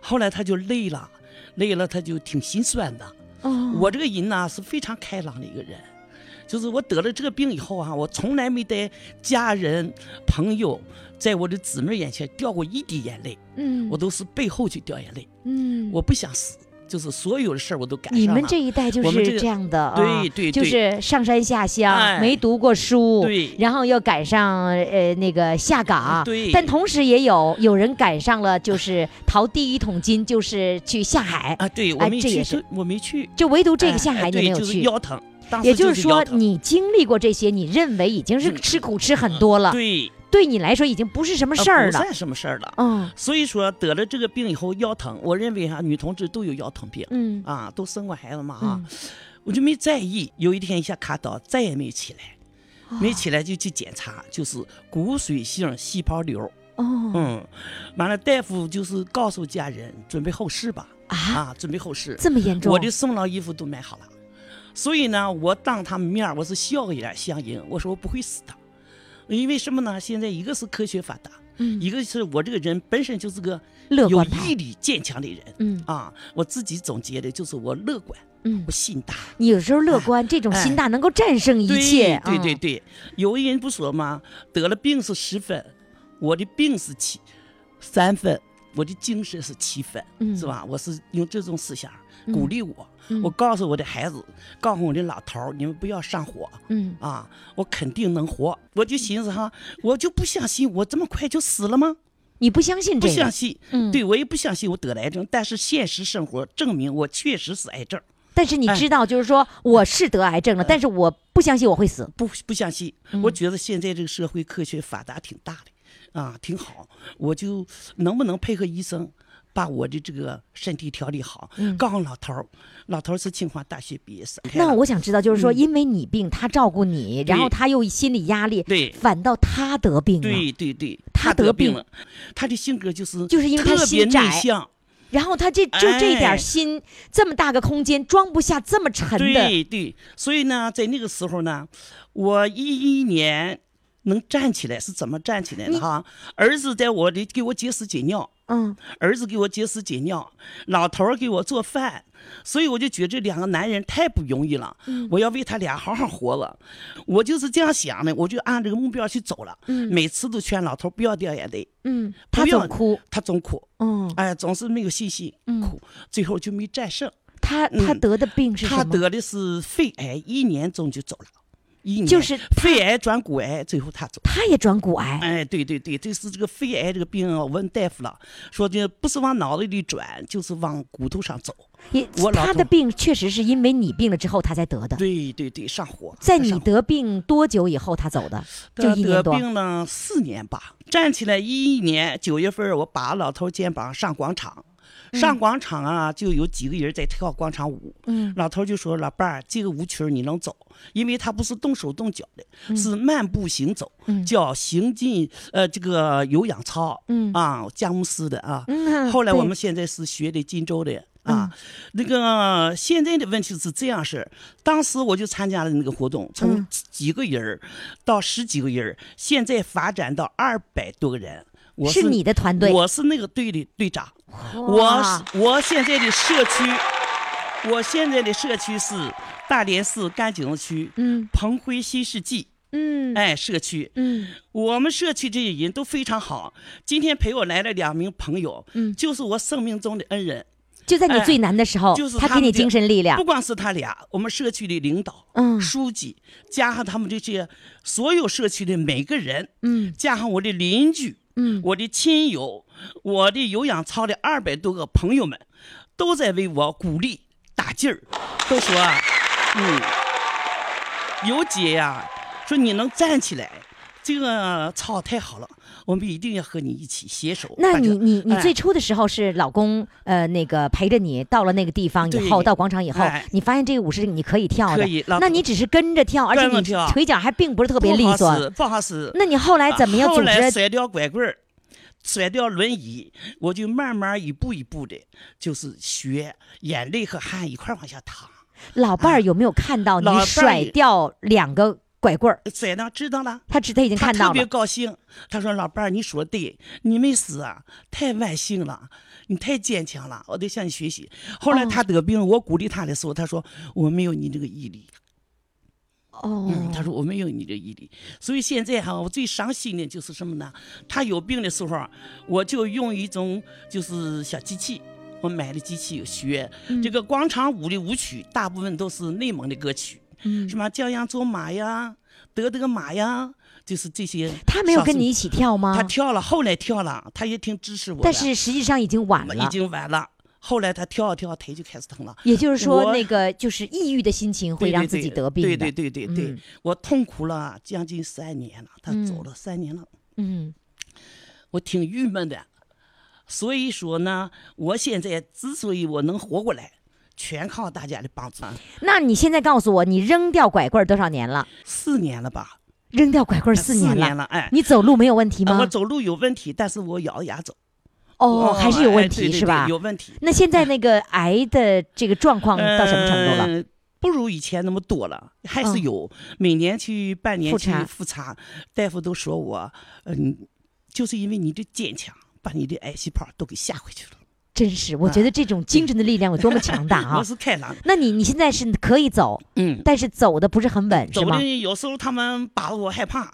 后来他就累了，累了他就挺心酸的。哦我这个人呢是非常开朗的一个人，就是我得了这个病以后啊，我从来没在家人、朋友，在我的姊妹眼前掉过一滴眼泪，嗯我都是背后去掉眼泪。嗯，我不想死，就是所有的事儿我都赶上你了。们这一代就我们这是个这样的啊，对对就对是上山下乡，哎没读过书，对哎然后又赶上呃那个下岗，对但同时也有有人赶上了，就是淘第一桶金，就是去下海，啊，对我哎没这去也是，我没去。就唯独这个哎下哎海你对没有就是去。腰疼。当时也就是腰说，疼你经历过这些，你认为已经是嗯啊吃苦吃很多了，对对你来说已经不是什么啊事儿不了。算什么事儿了。嗯所以说得了这个病以后腰疼，我认为哈、啊女同志都有腰疼病。嗯啊，都生过孩子嘛啊，嗯我就没在意。有一天一下卡倒，再也没起来，哦没起来就去检查，就是骨髓性细胞瘤。哦嗯，完了，大夫就是告诉家人准备后事吧，啊，啊，准备后事。这么严重？我的送老衣服都买好了，所以呢，我当他们面儿我是笑脸相迎，我说我不会死的，因为什么呢？现在一个是科学发达，嗯一个是我这个人本身就是个乐有观派毅力坚强的人。嗯啊，我自己总结的就是我乐观，嗯我，心大。你有时候乐观，这种哎心大能够战胜一对切。对对嗯对，有一人不说吗？得了病是十分，我的病是七三分，我的精神是七分，嗯是吧？我是用这种思想嗯鼓励我，嗯我告诉我的孩子，告诉我的老头儿，你们不要上火嗯啊，我肯定能活。我就寻思哈，我就不相信我这么快就死了吗？你不相信不这相个？信，嗯对我也不相信我得了癌症，但是现实生活证明我确实是癌症。但是你哎知道，就是说我是得癌症了，但是我不相信我会死。不不相信，嗯我觉得现在这个社会科学发达挺大的，啊，挺好。我就能不能配合医生，把我的这个身体调理好？告诉老头儿，老头儿是清华大学毕业生。嗯那我想知道，就是说，因为你病，他照顾你，然后嗯对他又心理压力，对反倒他得病了，对对对，他得得病病了，他的性格就是就是因为他特别心窄内向，然后他这就这点哎心，这么大个空间装不下这么沉的，对对。所以呢，在那个时候呢，我一一年能站起来是怎么站起来的哈？儿子在我的给我解屎解尿。嗯，儿子给我解屎解尿，老头儿给我做饭，所以我就觉得这两个男人太不容易了。嗯我要为他俩好好活了，我就是这样想的，我就按这个目标去走了。每次都劝老头儿不要掉眼泪，嗯，不他要总哭，他总哭，嗯，哎，总是没有信心，嗯哭，最后就没战胜。他他嗯得的病是他什么？得的是肺癌，一年中就走了，一年就是他肺癌转骨癌，最后他走了。他也转骨癌，哎，对对对，这是这个肺癌这个病啊，我问大夫了，说这不是往脑子里转，就是往骨头上走。也我老他的头病确实是因为你病了之后他才得的。对对对，上火。在你上火得病多久以后他走的？就得一年得多。病了四年吧，站起来一一年九月份儿，我把老头肩膀上广场，上广场啊，就有几个人在跳广场舞。嗯老头就说：“老伴儿，这个舞曲儿你能走，因为他不是动手动脚的，嗯是慢步行走，叫行进呃这个有氧操，嗯啊，佳木斯的啊。嗯后来对我们现在是学的荆州的。”嗯啊，那个现在的问题是这样式儿，当时我就参加了那个活动，从嗯几个人儿到十几个人儿，现在发展到二百多个人。我是你的团队我是那个队的队长。我哇是我现在的社区，我现在的社区是大连市甘井区，嗯，彭辉新世纪，嗯哎，社区，嗯我们社区这些人都非常好。今天陪我来了两名朋友，嗯就是我生命中的恩人，就在你哎最难的时候，就是他给们你这精神力量不。光是他俩，我们社区的领导、嗯书记，加上他们这些所有社区的每个人，嗯加上我的邻居，嗯我的亲友，我的有氧操的二百多个朋友们，都在为我鼓励、打劲儿，都说啊，嗯，有姐呀，说你能站起来，这个操太好了，我们一定要和你一起携手。那大家你你你哎最初的时候是老公呃那个陪着你到了那个地方以后，对到广场以后哎，你发现这个舞是你可以跳的可以，老那你只是跟着跳，而且跟着你跳腿脚还并不是特别利不好使索。啊不好使。那你后来怎么样啊组后来织？甩掉拐棍儿，甩掉轮椅，我就慢慢一步一步的，就是学，眼泪和汗一块儿往下淌。老伴儿有没有看到老伴哦你儿甩也掉两个拐棍儿？谁呃呢？知道了。他只他已经他看到特别了。高兴，他说：“老伴儿，你说得对，你没死啊，太万幸了，你太坚强了，我得向你学习。”后哦来他得病，我鼓励他的时候，他说：“我没有你这个毅力。”哦嗯，他说我没有你的毅力，所以现在哈、我最伤心的就是什么呢？他有病的时候啊，我就用一种就是小机器，我买的机器学、嗯这个广场舞的舞曲，大部分都是内蒙的歌曲，嗯什么降央卓玛呀、德德玛呀，就是这些。他没有跟你一起、起跳吗他？跳了，后来跳了，他也挺支持我的，但是实际上已经晚了。已经晚了。后来他跳啊跳啊，腿就开始疼了。也就是说，我那个就是抑郁的心情会对让对自对己得病对的对对对对，嗯我痛苦了将近三年了，他嗯走了三年了，嗯，我挺郁闷的。所以说呢，我现在之所以我能活过来，全靠大家的帮助。那你现在告诉我，你扔掉拐棍儿多少年了？四年了吧？扔掉拐棍儿四年了，年了哎你走路没有问题啊吗我？走路有问题，但是我咬着牙走。哦，还是有问哎题、对对对是吧？有问题。那现在那个癌的这个状况到什么程度了？呃不如以前那么多了，还是嗯有。每年去半年复去查复查，大夫都说我，嗯，就是因为你的坚强，把你的癌细胞都给吓回去了。啊真是，呃我觉得这种精神的力量有多么强大啊我！是开朗的， (laughs) 那你你现在是可以走，嗯。但是走的不是很稳，是走吗的？有时候他们把我害怕，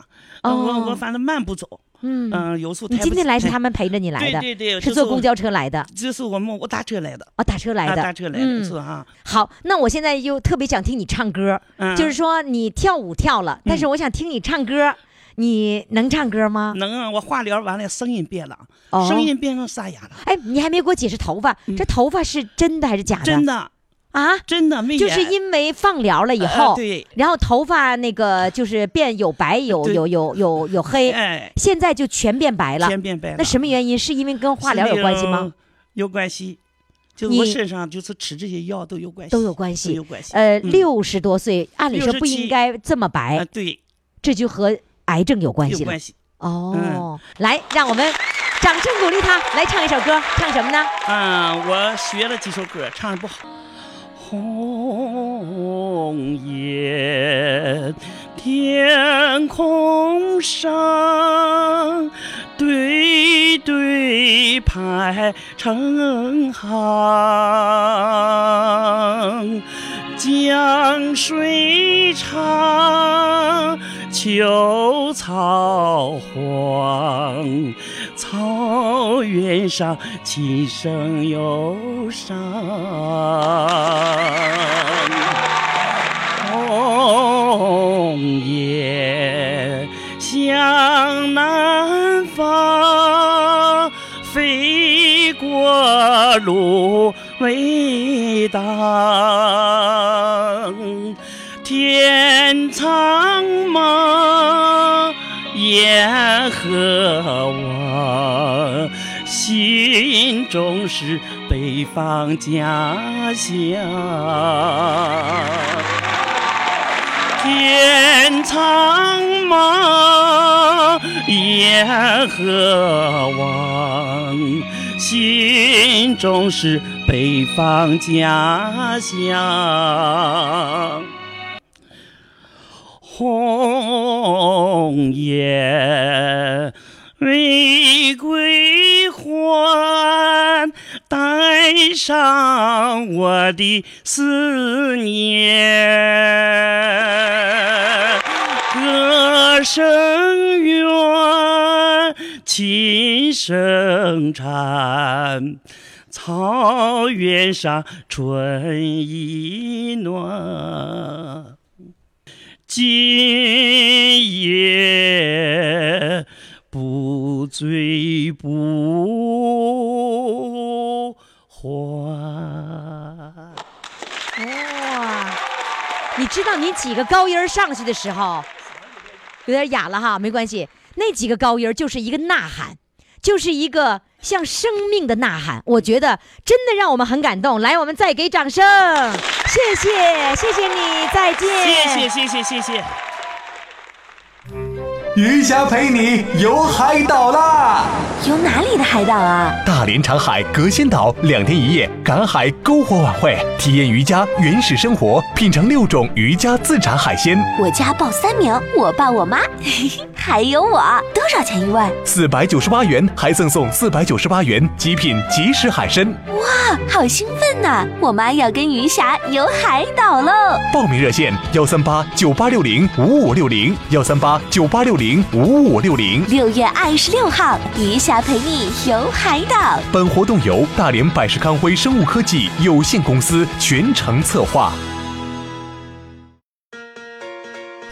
呃哦我我反正慢步走，嗯，嗯，有时候你抬今不天起来是哎他们陪着你来的，对对对，是坐公，交车来的啊、这是我们我打车来的，打车来啊的，嗯打车来的是啊，好，那我现在又特别想听你唱歌，嗯就是说你跳舞跳了，但是我想听你唱歌，你能唱歌吗？能啊，我化疗完了声音变了，哦声音变成沙哑了，嗯哎，你还没给我解释头发，这头发是真的还是假的？真的啊，真的没就是演因为放疗了以呃后，对然后头发那个就是变有白有对有有有有黑，哎现在就全变白了。全变白了，那什么原因？是因为跟化疗有关系吗？？有关系，就是我你身上就是吃这些药都有关系，都有关系都有关系。呃，嗯六十多岁，按理说不应67该这么白，啊，对，这就和癌症有关有系了关。系嗯哦，来，让我们掌声鼓励他，来唱一首歌，唱什么呢？啊。我学了几首歌，唱的不好。红叶天空上，对对排成行。江水长，秋草黄，草原上琴声忧伤。红叶向南方，飞过芦苇荡。天苍茫，雁何往？心中是北方家乡。天苍茫，雁何往？心中是北方家乡。红颜为归还，带上我的思念。歌声远，琴声缠。草原上春意暖。今夜不醉不还。知道哦你几个高音儿上去的时候，有点哑了哈，没关系，那几个高音儿就是一个呐喊，就是一个像生命的呐喊。我觉得真的让我们很感动。来，我们再给掌声，谢谢，谢谢你，再见，谢谢谢谢谢谢。余霞陪你游海岛啦！游哪里的海岛啊？大连长海隔仙岛两天一夜赶海篝火晚会，体验渔家原始生活，品尝六种渔家自产海鲜，我家报三名，我爸我妈， (laughs) 嘿嘿，还有我。多少钱一位？四百九十八元还赠送四百九十八元极品即食海参。啊，好兴奋呐、我妈要跟鱼霞游海岛喽！报名热线：幺三八九八六零五五六零，幺三八九八六零五五六零。六月二十六号，鱼霞陪你游海岛。本活动由大连百世康辉生物科技有限公司全程策划。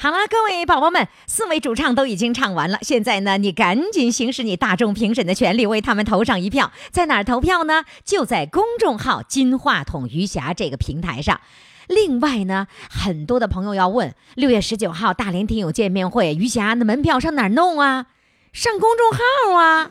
好了，各位宝宝们，四位主唱都已经唱完了，现在呢，你赶紧行使你大众评审的权利，为他们投上一票。在哪儿投票呢？就在公众号“金话筒余霞”这个平台上。另外呢，很多的朋友要问，六月十九号大连听友见面会，余霞的门票上哪儿弄啊？上公众号啊！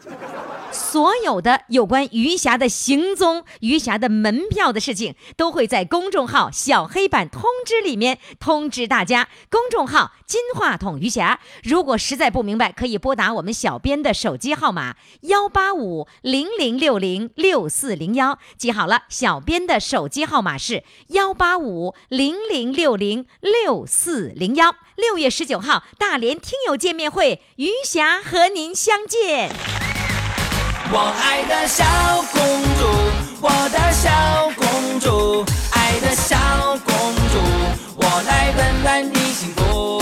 所有的有关余霞的行踪、余霞的门票的事情，都会在公众号“小黑板通知”里面通知大家。公众号“金话筒余霞”，如果实在不明白，可以拨打我们小编的手机号码幺八五零零六零六四零幺。记好了，小编的手机号码是幺八五零零六零六四零幺。六月十九号，大连听友见面会，余霞和您相见。我爱的小公主，我的小公主，爱的小公主，我来温暖你幸福。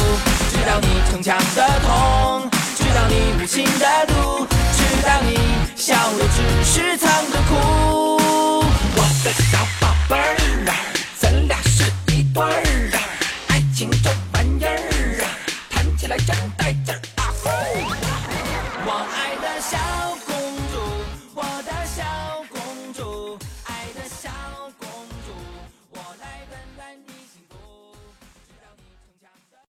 知道你逞强的痛，知道你无情的毒，知道你笑的只是藏着哭。我的小啊啊